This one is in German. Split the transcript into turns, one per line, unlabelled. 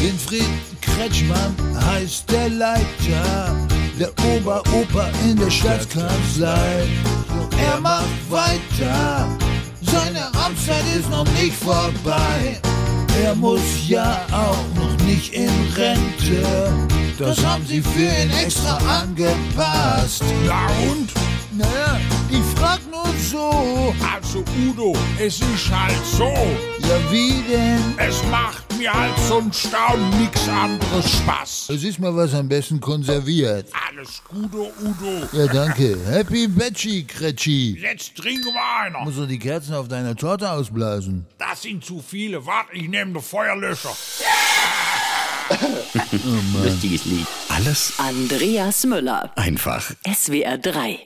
Winfried Kretschmann heißt der Leiter, der Oberoper in der Staatskanzlei. Er macht weiter, seine Amtszeit ist noch nicht vorbei. Er muss ja auch noch nicht in Rente, das haben sie für ihn extra angepasst.
Na und?
Naja, ich frag nur so,
Also Udo, es ist halt so.
ja wie denn?
Es macht mir halt zum Staunen nix anderes Spaß.
Es ist mal was am besten konserviert.
Alles Gute, Udo.
Ja, danke. Happy Veggie, Kretschi.
Jetzt trinken wir einer.
Muss doch die Kerzen auf deiner Torte ausblasen.
Das sind zu viele. Warte, ich nehme den Feuerlöscher.
Lustiges Lied.
Alles
Andreas Müller,
einfach.
SWR 3.